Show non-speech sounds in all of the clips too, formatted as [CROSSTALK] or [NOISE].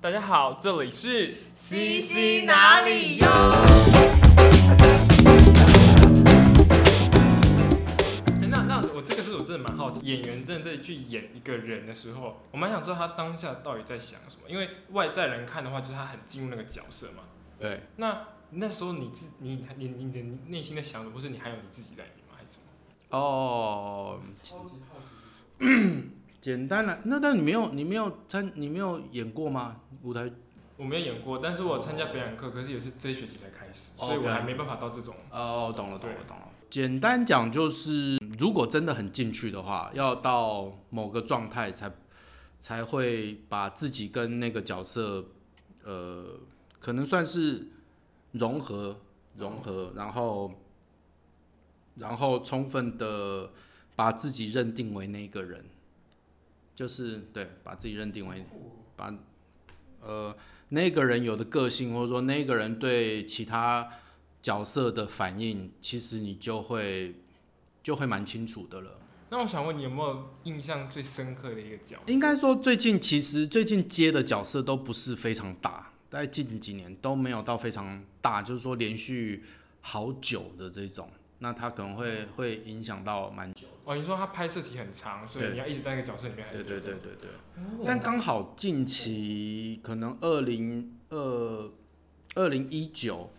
大家好，这里是西西哪里有？哎那那我这个是我真的蛮好奇，演员真的在去演一个人的时候，我蛮想知道他当下到底在想什么，因为外在人看的话，就是他很进入那个角色嘛。对，那那时候你自你你你你的内心在想什么，或是你还有你自己在里面吗？还是什么？哦，超级好奇。 [COUGHS] 简单了、那但你没有，你没有参，你没有演过吗？舞台？我没有演过，但是我参加表演课，可是也是这一学期才开始，哦所以我表演还没办法到这种。哦，懂了，懂了对，懂了。简单讲就是，如果真的很进去的话，要到某个状态才才会把自己跟那个角色，呃，可能算是融合，融合，然后然后充分的把自己认定为那个人，就是对，把自己认定为把呃那个人有的个性，或者说那个人对其他角色的反应，其实你就会就会蛮清楚的了。那我想问你有没有印象最深刻的一个角色？应该说，最近其实最近接的角色都不是非常大，在近几年都没有到非常大，就是说连续好久的这种，那它可能会会影响到蛮久。哦，你说他拍摄期很长，所以对你要一直在那个角色里面很对久。对对对对。但刚好近期可能二零二二零一九，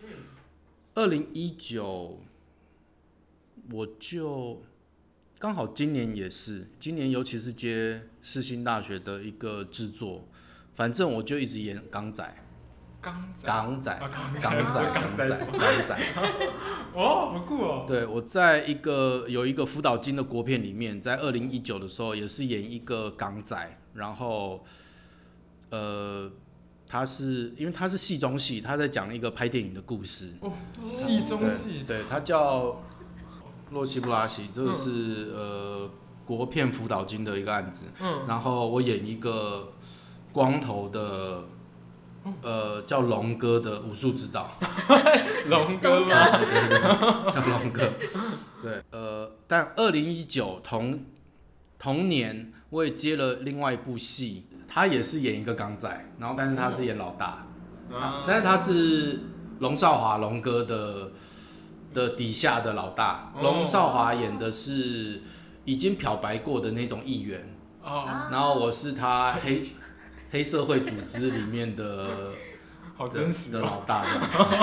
二零一九，我就刚好今年也是，今年尤其是接世新大学的一个制作，反正我就一直演港仔，刚仔。港仔，啊，刚港仔，仔，港刚仔，仔。港仔。哦，好酷哦。对，我在一个有一个辅导金的国片里面，在二零一九的时候，也是演一个港仔，然后，呃，他是因为他是戏中戏，他在讲一个拍电影的故事，哦，戏中戏。对，他叫洛西布拉西，这个是、呃国片辅导金的一个案子，嗯，然后我演一个光头的，嗯呃，叫龙哥的武术指导。龙哥龙吗？像龙哥。嗯对，呃，但二零一九同同年，我也接了另外一部戏，他也是演一个港仔，然后但是他是演老大，啊但是他是龙少华龙哥的的底下的老大，哦龙少华演的是已经漂白过的那种议员，哦，然后我是他黑黑社会组织里面的好的真实的哦。老大这样子。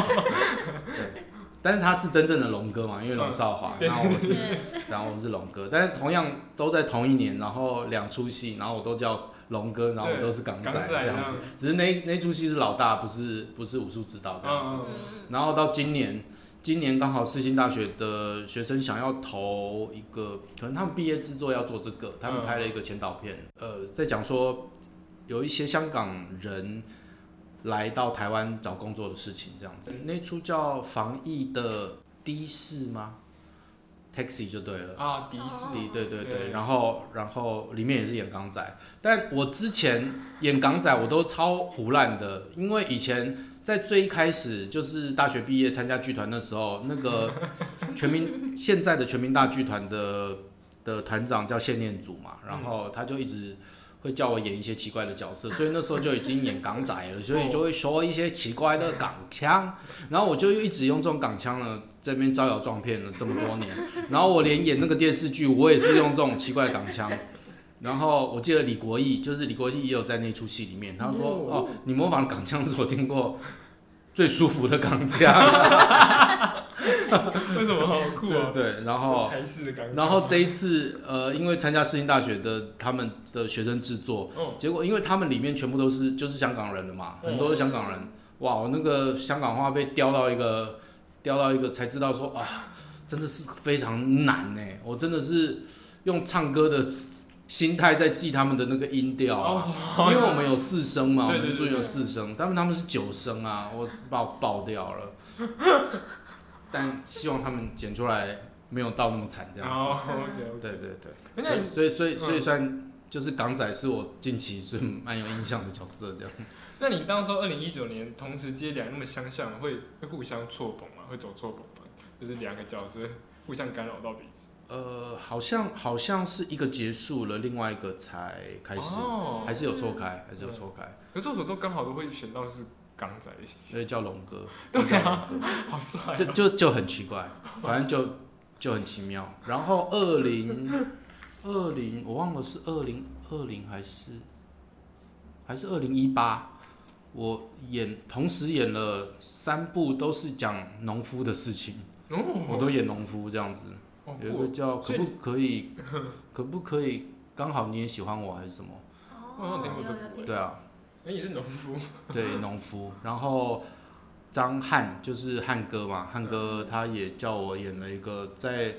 [LAUGHS] 对，但是他是真正的龙哥嘛，因为龙少华，嗯然后我是，对，然后我是龙哥，但是同样都在同一年，然后两出戏，然后我都叫龙哥，然后我都是港仔港仔嗯这样这子样，只是那那出戏是老大，不是不是武术指导这样子。嗯嗯嗯然后到今年，今年刚好世新大学的学生想要投一个，可能他们毕业制作要做这个，他们嗯拍了一个前导片，呃，在讲说有一些香港人来到台湾找工作的事情，这样子。那出叫《防疫的的士》吗？Taxi 就对了嗯。啊，迪士哦尼。对对对对对，然后然后里面也是演港仔，但我之前演港仔我都超胡烂的，因为以前在最一开始就是大学毕业参加剧团的时候，那个全民现在的全民大剧团的的团长叫谢念祖嘛，然后他就一直。会叫我演一些奇怪的角色，所以那时候就已经演港仔了，所以就会说一些奇怪的港腔，然后我就一直用这种港腔呢，这边招摇撞骗了这么多年，然后我连演那个电视剧，我也是用这种奇怪的港腔。然后我记得李国义，就是李国义也有在那出戏里面，他说：“哦，你模仿的港腔是我听过最舒服的港腔。为什么好”酷对哦？对，然后台式的感觉。然后这一次呃，因为参加世新大学的他们的学生制作，嗯结果因为他们里面全部都是就是香港人了嘛，嗯很多是香港人，哇，我那个香港话被雕到一个雕到一个才知道说啊，真的是非常难呢、我真的是用唱歌的心态在记他们的那个音哦调啊、因为我们有四声嘛，我 [LAUGHS] 对们对注对音有四声，但是他们是九声啊，我把我爆掉了。 [LAUGHS] 但希望他们剪出来没有到那么惨这样子。哦，OK OK。对对对，而所且以所以所以所以嗯算就是港仔是我近期是蛮有印象的角色这样。那你当时二零一九年同时接两个那么相像，会会互相错捧吗？会走错捧吗？就是两个角色互相干扰到彼此。呃，好像好像是一个结束了，另外一个才开始，哦还是有错开，还是有错开，可是我手都刚好都会选到是港仔型，所以叫龙哥， [LAUGHS] 对啊叫龙哥，好帅、就哦。就就很奇怪，反正就就很奇妙。然后二零二零，我忘了是二零二零还是还是二零一八，我演同时演了三部，都是讲农夫的事情，哦，我都演农夫这样子。好有一个哦酷叫所可以不可以，可不可以？刚好你也喜欢我还是什么？我好像听过这部有有听对啊，那哎也是农夫， [LAUGHS] 对，农夫。然后张翰就是汉哥嘛，汉哥他也叫我演了一个在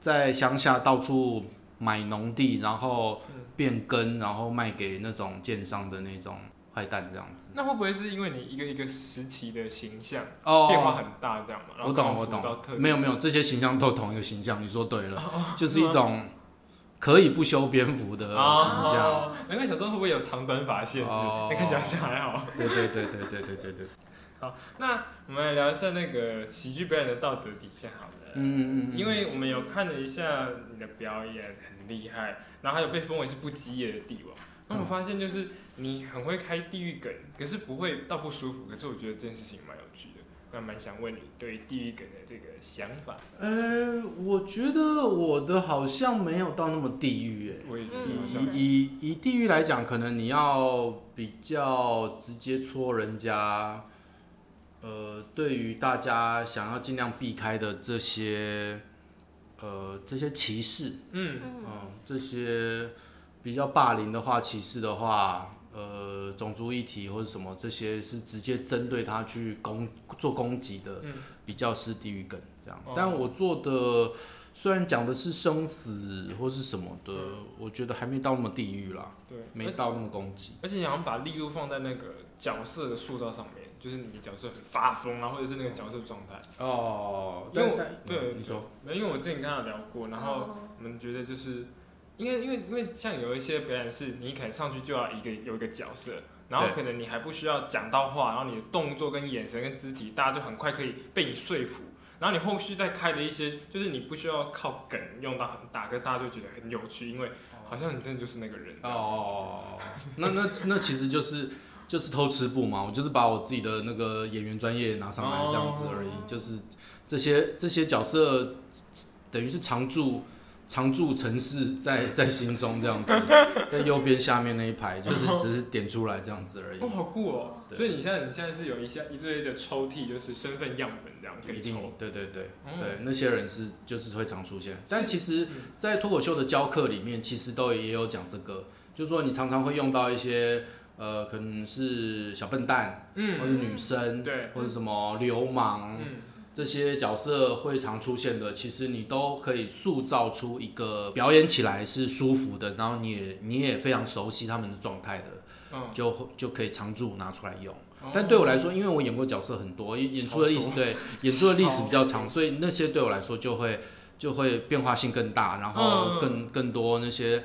在乡下到处买农地，然后嗯变更，然后卖给那种建商的那种坏蛋这样子。那会不会是因为你一个一个时期的形象变化哦，很大这样嘛？然我后懂刚好我符到特哦懂，定没有没有，这些形象都同一个形象，你说对了，就是是一吗种可以不修边幅的形象。哦，难怪小时候会不会有长短发限制？哎哦那看起来好像还好。对对对对对对对对，好，那我们来聊一下那个喜剧表演的道德底线好了。嗯嗯 [LAUGHS] 嗯，因为我们有看了一下你的表演很厉害，然后还有被封为是不激烈的帝王。那嗯我发现就是你很会开地狱梗，可是不会到不舒服。可是我觉得这件事情蛮有趣的，那蛮想问你对于地狱梗的这个想法。呃，我觉得我的好像没有到那么地狱哎、我也觉得好像嗯以以以地域来讲，可能你要比较直接戳人家，呃，对于大家想要尽量避开的这些，呃，这些歧视，嗯嗯、嗯，这些比较霸凌的话、歧视的话，呃，种族议题或者什么这些是直接针对他去攻做攻击的，嗯比较是地狱梗这样哦。但我做的虽然讲的是生死或是什么的，嗯我觉得还没到那么地狱啦，对，没而到那么攻击。而且你好像把力度放在那个角色的塑造上面，就是你的角色很发疯啊，或者是那个角色状态。哦因为我对对，你说，没有因为我之前跟他聊过，然后我们觉得就是，因为因为因为像有一些表演是，你可能上去就要一个有一个角色，然后对可能你还不需要讲到话，然后你的动作跟眼神跟肢体，大家就很快可以被你说服。然后你后续再开的一些，就是你不需要靠梗用到很大，可是大家就觉得很有趣，因为好像你真的就是那个人。哦， [LAUGHS] 那那那其实就是。就是偷吃布嘛，我就是把我自己的那个演员专业拿上来这样子而已，哦就是这些这些角色等于是常驻常驻城市在在心中这样子，在右边下面那一排就是只是点出来这样子而已哦，，好酷哦！对所以你现在你现在是有一些一堆的抽屉，就是身份样本这样可以一定抽。对对对嗯对，那些人是就是会常出现，但其实，在脱口秀的教课里面，其实都也有讲这个，就是说你常常会用到一些呃可能是小笨蛋，或嗯，是女生，对，或者什么流氓、嗯，这些角色会常出现的，其实你都可以塑造出一个表演起来是舒服的，然后你也你也非常熟悉他们的状态的，嗯。就就可以常驻拿出来用。但对我来说，因为我演过角色很多，演演出的历史对演出的历史比较长，所以那些对我来说就会就会变化性更大，然后嗯更更多那些。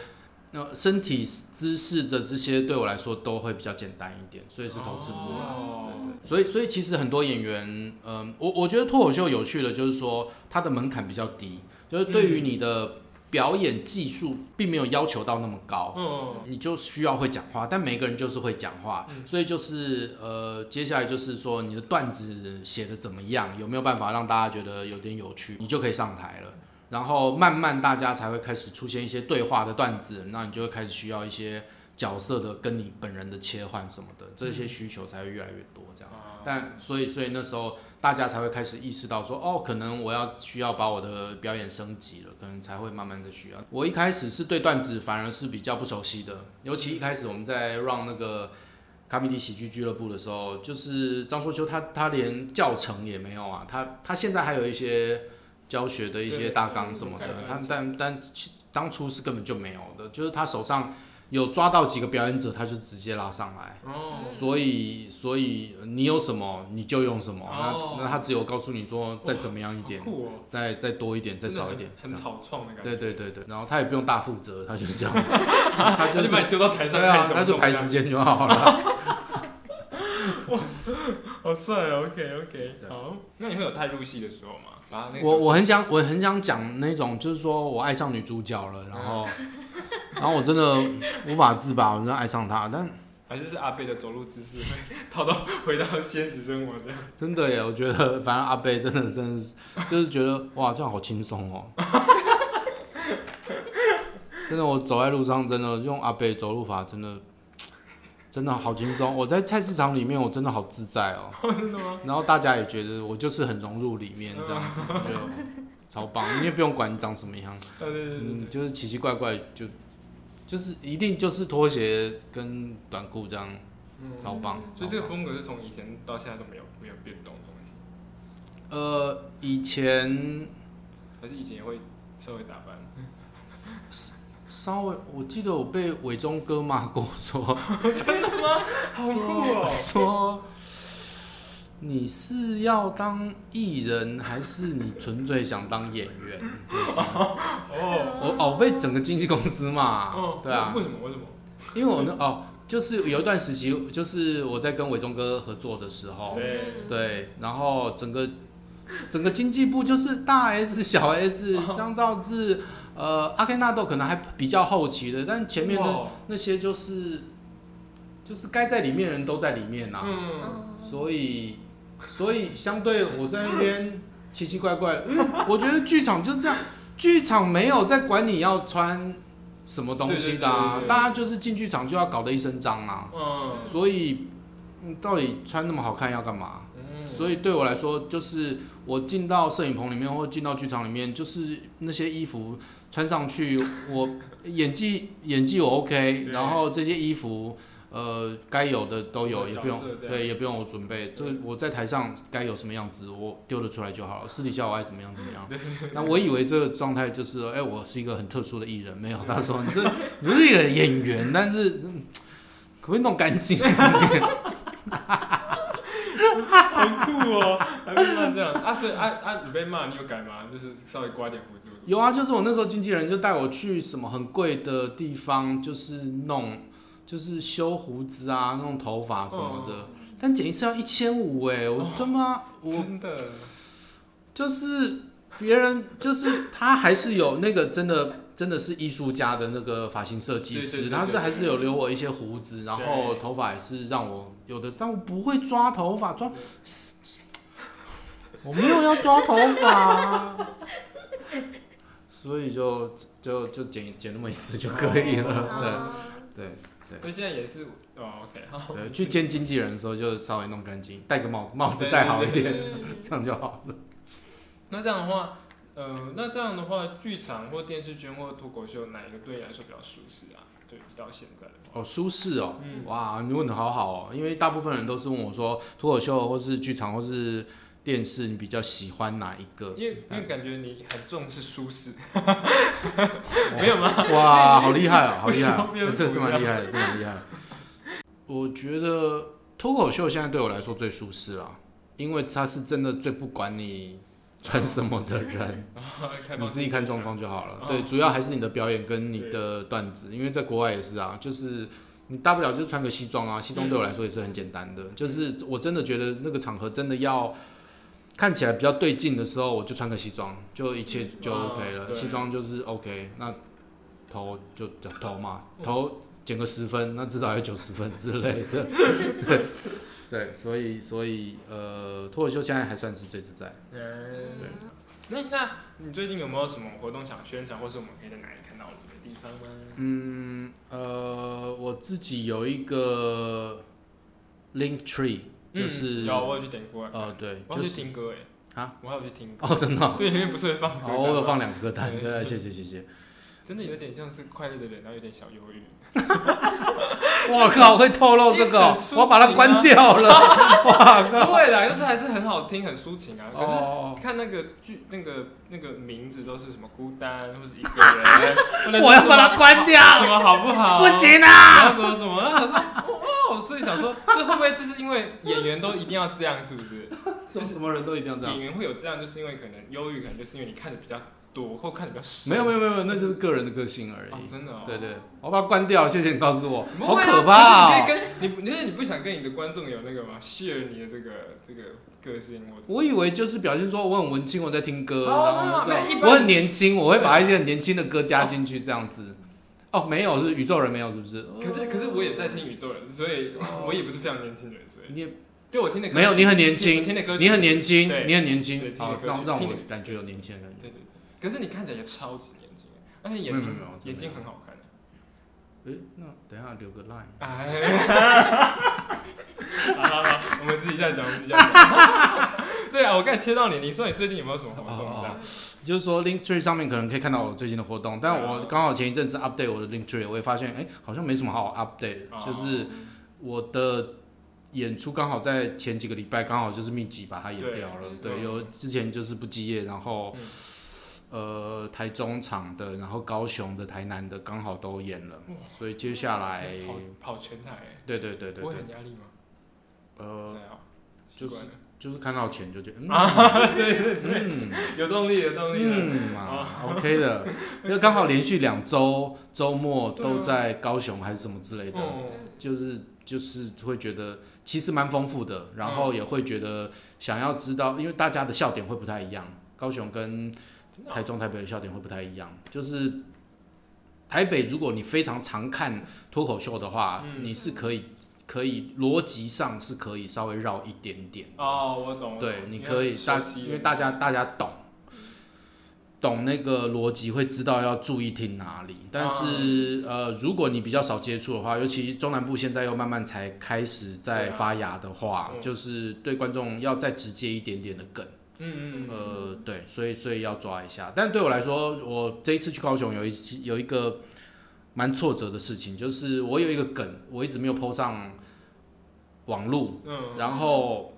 呃，身体姿势的这些对我来说都会比较简单一点，所以是投资不啦。哦所以，所以其实很多演员，嗯、我我觉得脱口秀有趣的就是说，它的门槛比较低，就是对于你的表演技术并没有要求到那么高，嗯，你就需要会讲话，但每个人就是会讲话，所以就是呃，接下来就是说你的段子写的怎么样，有没有办法让大家觉得有点有趣，你就可以上台了。然后慢慢大家才会开始出现一些对话的段子，那你就会开始需要一些角色的跟你本人的切换什么的，这些需求才会越来越多这样。啊但所以所以那时候大家才会开始意识到说，哦，可能我要需要把我的表演升级了，可能才会慢慢的需要。我一开始是对段子反而是比较不熟悉的，尤其一开始我们在 run 那个卡米迪喜剧俱乐部的时候，就是张硕修他他连教程也没有啊，他他现在还有一些教学的一些对大纲什么的对对，他但但其当初是根本就没有的，就是他手上有抓到几个表演者，他就直接拉上来。哦，所以，所以呃你有什么你就用什么。哦那那他只有告诉你说再怎么样一好点，酷哦，再再多一点，再真的少很一点。很这样草创的感觉。对对对对，然后他也不用大负责，他就 [LAUGHS] 这样，他他就就把是啊你丢到台上，对啊，看你怎他么就弄这排样时间就好了。好帅哦，OK OK，对好。那你会有太入戏的时候吗？把 [LAUGHS] 那个我我很角色想我很想讲那种，就是说我爱上女主角了，然 [LAUGHS] 后然后我真的无法自拔，我真的爱上她。但还是是阿贝的走路姿势会 [LAUGHS] 套到回到现实生活的。真的耶，我觉得 [LAUGHS] 反正阿贝真的真的是就是觉得哇，这样好轻松哦。 [LAUGHS] 真的，我走在路上真的用阿贝走路法真的。真的好轻松，我在菜市场里面，我真的好自在 [LAUGHS] 哦。真的吗？然后大家也觉得我就是很融入里面这样子，就超棒。你也不用管你长什么样，啊，对对对对嗯，就是奇奇怪怪，就就是一定就是拖鞋跟短裤这样，嗯超棒。所以超这棒个风格是从以前到现在都没有没有变动的东西，呃，以前还是以前也会稍微打扮？稍微我记得我被伟忠哥骂过，说真的 [LAUGHS] 吗？好酷说哦！说你是要当艺人，还是你纯粹想当演员？就 [LAUGHS] 是哦我哦，我被整个经纪公司骂，哦，对啊为，什么？为什么？因为我那哦，就是有一段时期，就是我在跟伟忠哥合作的时候，对，对，然后整个整个经济部就是大 S、小 S、张哦兆志，呃，阿根纳豆可能还比较后期的，但前面的哇那些就是就是该在里面的人都在里面啦、嗯，嗯所以所以相对我在那边奇奇怪怪的，因为我觉得剧场就是这样，剧场没有在管你要穿什么东西的、啊，对对对对对大家就是进剧场就要搞得一身脏啊，嗯所以嗯到底穿那么好看要干嘛？嗯，所以对我来说，就是我进到摄影棚里面或进到剧场里面，就是那些衣服穿上去，我演技演技我 OK，对然后这些衣服呃该有的都有，也角色不用这样对也不用我准备，这对我在台上该有什么样子我丢得出来就好了，私底下我爱怎么样怎么样。那我以为这个状态就是，哎、我是一个很特殊的艺人，没有，他说你这你不是一个演员，但是嗯可不可以弄干净？好酷哦，还被骂这样啊？所以啊啊，你被骂你有改吗？就是稍微刮点胡子。有啊，就是我那时候经纪人就带我去什么很贵的地方，就是弄，就是修胡子啊，弄头发什么的。但剪一次要一千五哎，我他妈、我真的，就是别人就是他还是有那个真的真的是艺术家的那个发型设计对对师，对他是对还是有留我一些胡子，然后对头发也是让我有的，但我不会抓头 [LAUGHS] 发抓，我没有要抓头发啊，所以就就就剪剪那么一次就可以了，哦对对。所以现在也是哦，OK，好，对，去见经纪人的时候就稍微弄干净，戴个帽子，帽子戴好一对点，这样就好了。那这样的话，呃，那这样的话，剧场或电视剧或脱口秀，哪一个对你来说比较舒适啊？对比到现在的话，哦，舒适哦，嗯，哇，你问的好好哦，因为大部分人都是问我说，脱口秀或是剧场或是电视，你比较喜欢哪一个？因为因为感觉你很重视舒 [LAUGHS] 适，没有吗？哇，好厉害哦，好厉害、哦 [LAUGHS] 为什么没有，这不这一样蛮厉害的，这蛮厉害的。我觉得脱口秀现在对我来说最舒适了，因为他是真的最不管你穿什么的人，开放哦你自己性看思状想，况就好了哦。对，主要还是你的表演跟你的段子，因为在国外也是啊，就是你大不了就穿个西装啊，西装对我来说也是很简单嗯的。就是我真的觉得那个场合真的要看起来比较对劲的时候，我就穿个西装，就一切就哦 OK 了。对西装就是 OK，那头就头嘛，嗯头减个十分，那至少要九十分之类的。 [LAUGHS] 对，对，所以所以呃，脱口秀现在还算是最自在的。嗯，对。那那你最近有没有什么活动想宣传，或是我们可以在哪里看到你的地方吗？嗯，呃，我自己有一个 Link Tree，就是、嗯、有，我有去点过，呃，对，我有就去是听歌哎，啊，我还有去听歌，哦，真的哦，对，里面不是会放歌好，我有吗放两个单，对对，谢谢谢谢。真的有点像是快乐的人，然后有点小忧 [LAUGHS] 郁。我靠，会透露这个 [LAUGHS] 因为哦很，抒我把它情啊关掉了。不会啦，但是还是很好听，很抒情 [LAUGHS] 啊。可是哦，看那个剧，那个那个名字都是什么孤单，或者一个 [LAUGHS] 人，或者是我要把它 [LAUGHS] 关掉什么什么好不好？不，行然啊！后什么什么，然后想说， [LAUGHS] 哇哇，所以想说，这会不会就是因为演员都一定要这样，是不是？什么什么人都一定要这样演。员会有这样，就是因为可能忧郁，可能就是因为你看的比较多，或看的比较深。 [LAUGHS] 没有没有没有，那就是个人的个性而已。哦，真的哦。对对，我把它关掉，谢谢你告诉我，不好会啊可怕你可以哦！跟你不，你你不想跟你的观众有那个吗？share 你的这个这个个性，我我以为就是表现说我很文青，我在听歌，哦真的吗然后 [LAUGHS] 没有一般我很年轻，我会把一些很年轻的歌加进去这样子。哦，没有，是宇宙人没有，是不是？可是可是我也在听宇宙人，所以 [LAUGHS] 我也不是非常年轻人，所以你也对我听的歌曲哦没有，你很年轻我听的歌，曲你很年轻对，你很年轻对，听好的，歌让曲让听我的感觉有年轻的感觉。对对对，可是你看起来也超级年轻，而且眼没有睛没有没有真的眼睛没有很 [LAUGHS] 好看。诶，那等一下留个 line。哎，好好好，我们私底下讲，我们私底下讲。 [LAUGHS] 对啊，我刚才切到你，你说你最近有没有什么活动？这样就是说 Linktree 上面可能可以看到我最近的活动，但啊我刚好前一阵子 update 我的 Linktree，我也发现哎、诶好像没什么好 update，的哦就是我的演出刚好在前几个礼拜刚好就是密集把它演掉了，对对，嗯有之前就是不积业，然后嗯。呃，台中场的，然后高雄的、台南的，刚好都演了，所以接下来，跑跑全台，欸对对哦对对不会对很，压力吗？这呃，样，习就是惯 [LAUGHS] 了就是看到钱就觉得，嗯，啊，对对对，嗯，有动力，有动力了。嗯嘛，OK 的，因为刚好连续两周周末都在高雄还是什么之类的，嗯，就是就是会觉得其实蛮丰富的，然嗯后也会觉得想要知道，因为大家的笑点会不太一样，高雄跟真的台哦中、台北的笑点会不太一样，就是。台北，如果你非常常看脱口秀的话，嗯你是可以可以逻辑上是可以稍微绕一点点的哦，我懂。我懂对，你可以熟大，悉因为大家大家懂懂那个逻辑，会知道要注意听哪里。但是、啊呃，如果你比较少接触的话，尤其中南部现在又慢慢才开始在对啊发芽的话，嗯就是对观众要再直接一点点的梗。嗯嗯嗯，呃，对，所以所以要抓一下。但对我来说，我这一次去高雄有一期有一个蛮挫折的事情，就是我有一个梗，我一直没有 PO 上网路。嗯，然后，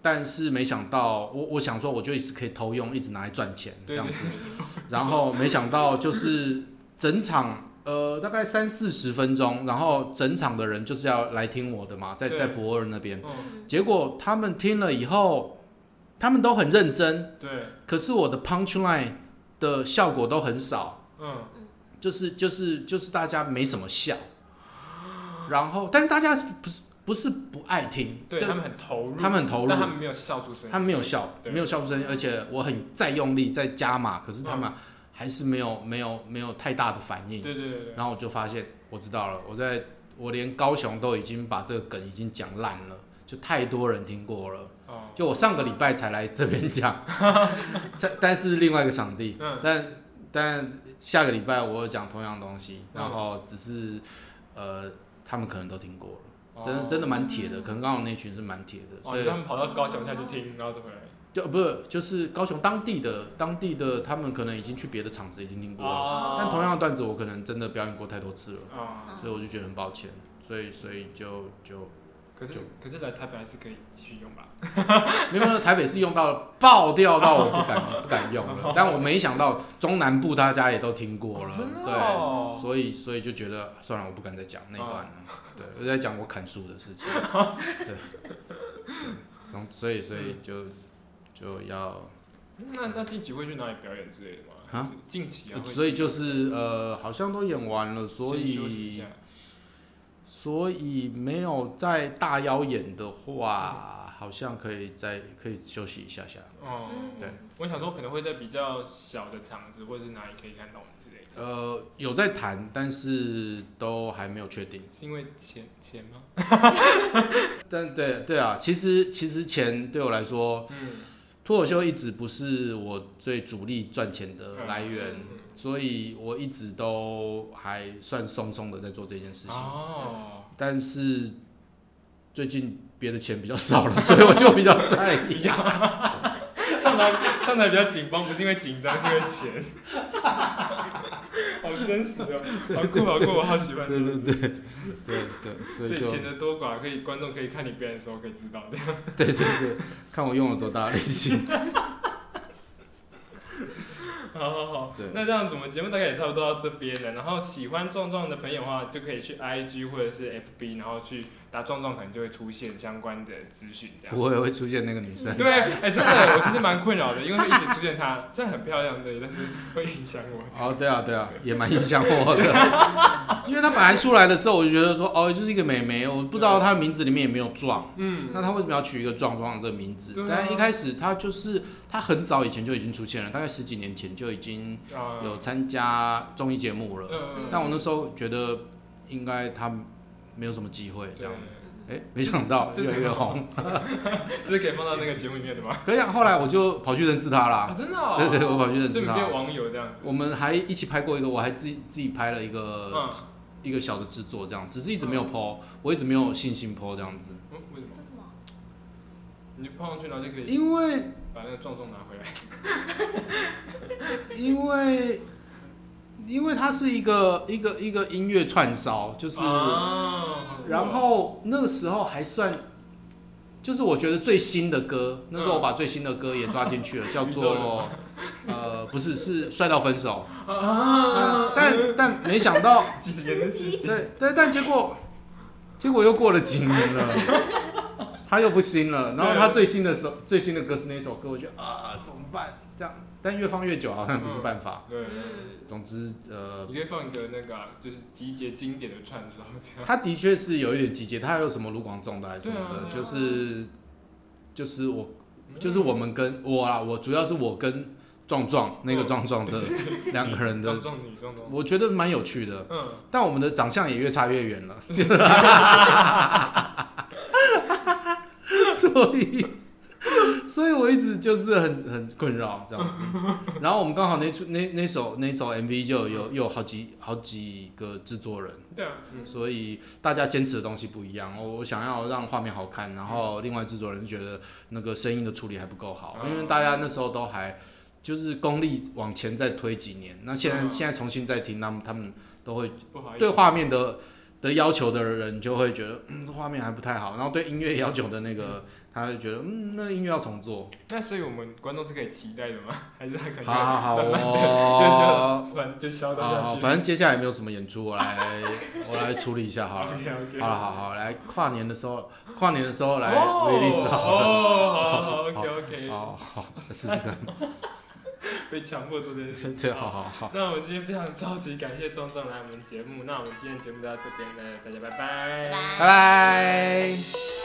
但是没想到，我我想说，我就一直可以偷用，一直拿来赚钱这对样对子。 [LAUGHS] 然后没想到就是整场呃大概三四十分钟，然后整场的人就是要来听我的嘛，在对在博尔那边，嗯结果他们听了以后，他们都很认真，对，可是我的 punch line 的效果都很少。嗯，就是就是就是大家没什么笑，然后但是大家是不是不是不爱听，对他们很投入，他们很投入，但他们没有笑出声。他们没有笑，对没有笑出声，而且我很再用力再加码，可是他们还是没有没有没有太大的反应。嗯对对对对，然后我就发现，我知道了，我在我连高雄都已经把这个梗已经讲烂了，就太多人听过了。哦，就我上个礼拜才来这 [LAUGHS] 边讲，在但是另外一个场地，嗯但但下个礼拜我有讲同样的东西，嗯然后只是呃他们可能都听过了，真的真的，的蛮铁的，可能刚好那群是蛮铁的，哦，所你以说他们跑到高雄下去听，然后再回来。就呃不是，就是高雄当地的当地的，他们可能已经去别的场子已经听过了，哦，但同样的段子我可能真的表演过太多次了，啊，所以我就觉得很抱歉，所以所以就就可是就可是来台北还是可以继续用吧？没有没有台北市用到了爆掉到我不敢不敢用了，但我没想到中南部大家也都听过了，哦真的对。哦，所以，所以就觉得算了，我不敢再讲那一段了。对，我在讲我砍树 [LAUGHS] 的事情。对，从所以，所以就就要那那近期会去哪里表演之类的吗？啊还是近期啊，会所以就是呃，好像都演完了，所先休息一以下所以没有在大腰演的话，好像可以再可以休息一下下。哦，嗯对我想说可能会在比较小的场子或者是哪里可以看到我们之类的，呃，有在谈，但是都还没有确定。是因为钱钱吗？但对对啊，其实其实钱对我来说，嗯，脱口秀一直不是我最主力赚钱的来源，嗯所以我一直都还算松松的在做这件事情。哦，但是最近别的钱比较少了， [LAUGHS] 所以我就比较在意。比较上台上台比较紧绷，不是因为紧张，是因为钱。好真实哦，好酷好酷，我好喜欢这个。对对对，所所以以就钱的多寡，可以观众可以看你表演的时候可以知道的。对对对，看我用了多大力气。 [LAUGHS] 好好好 [LAUGHS] 对，那这样子我们节目大概也差不多到这边了。然后喜欢壮壮的朋友的话，就可以去 IG 或者是 FB，然后去打壮壮可能就会出现相关的资讯这样。不会会出现那个女生。对，哎、真的，我其实蛮困扰的，因为一直出现她，虽然很漂亮对，但是会影响我。哦，对啊，对啊，也蛮影响我的， [LAUGHS] 因为她本来出来的时候，我就觉得说，哦，就是一个美眉，我不知道她的名字里面有没有壮，嗯，那她为什么要取一个壮壮这个名字对啊？但一开始她就是她很早以前就已经出现了，大概十几年前就已经啊、有参加综艺节目了。嗯，但我那时候觉得应该她没有什么机会对这样，哎，没想到 [LAUGHS] 真越的来越红。这是可以放到那个节目里面的吗？可以啊，后来我就跑去认识她啊，啦，真的、哦。对对我跑去认识所以你她变网友这样子。我们还一起拍过一个，我还自己自己拍了一个嗯，一个小的制作这样，只是一直没有 PO，、我一直没有信心 PO 这样子，嗯为什么？为什么？你就泡上去，然后就可以因为把那个壮壮拿回来。因为因为它是一个一个一个音乐串烧，就是、啊然后那个时候还算，就是我觉得最新的歌，那时候我把最新的歌也抓进去了，叫宇宙人做呃不是是帅到分手，啊，但但没想到几年的事情。对对，但结果结果又过了几年了，他又不新了。然后他最新的时候，最新的歌是那首歌，我觉得啊怎么办？这样，但越放越久好像不是办法。对，嗯，总之，呃，你可以放一个那个、啊，就是集结经典的串烧这样。他的确是有一点集结，他有什么卢广仲的还是什么的，对啊就是就是我就是我们跟我啊，我主要是我跟壮壮嗯那个壮壮的两个人壮的，壮女壮壮，我觉得蛮有趣的。嗯，但我们的长相也越差越远了， [LAUGHS] 所以，所以我一直就是很很困扰这样子。然后我们刚好那出那那首那首 MV 就有有好几好几个制作人，对啊，嗯，所以大家坚持的东西不一样。我我想要让画面好看，然后另外制作人觉得那个声音的处理还不够好，嗯因为大家那时候都还就是功力往前再推几年。那现在嗯现在重新再听，他们他们都会不好意思，对画面的的要求的人就会觉得，嗯，这画面还不太好。然后对音乐要求的那个，他就觉得，嗯，那音乐要重做。那所以我们观众是可以期待的吗？还是他可能好好好就哦，反 [LAUGHS] 正就消到好下好，去？反正接下来没有什么演出，我来 [LAUGHS] 我来处理一下好了。 OK OK，好了，好好来，跨年的时候，跨年的时候来哦 release 好了。哦，好好 OK OK，哦，好，试试看。被强迫做这件事情。 [LAUGHS] 对，好好好，那我们今天非常超级感谢壮壮来我们节目，那我们今天节目就到这边了，大家拜拜拜拜拜。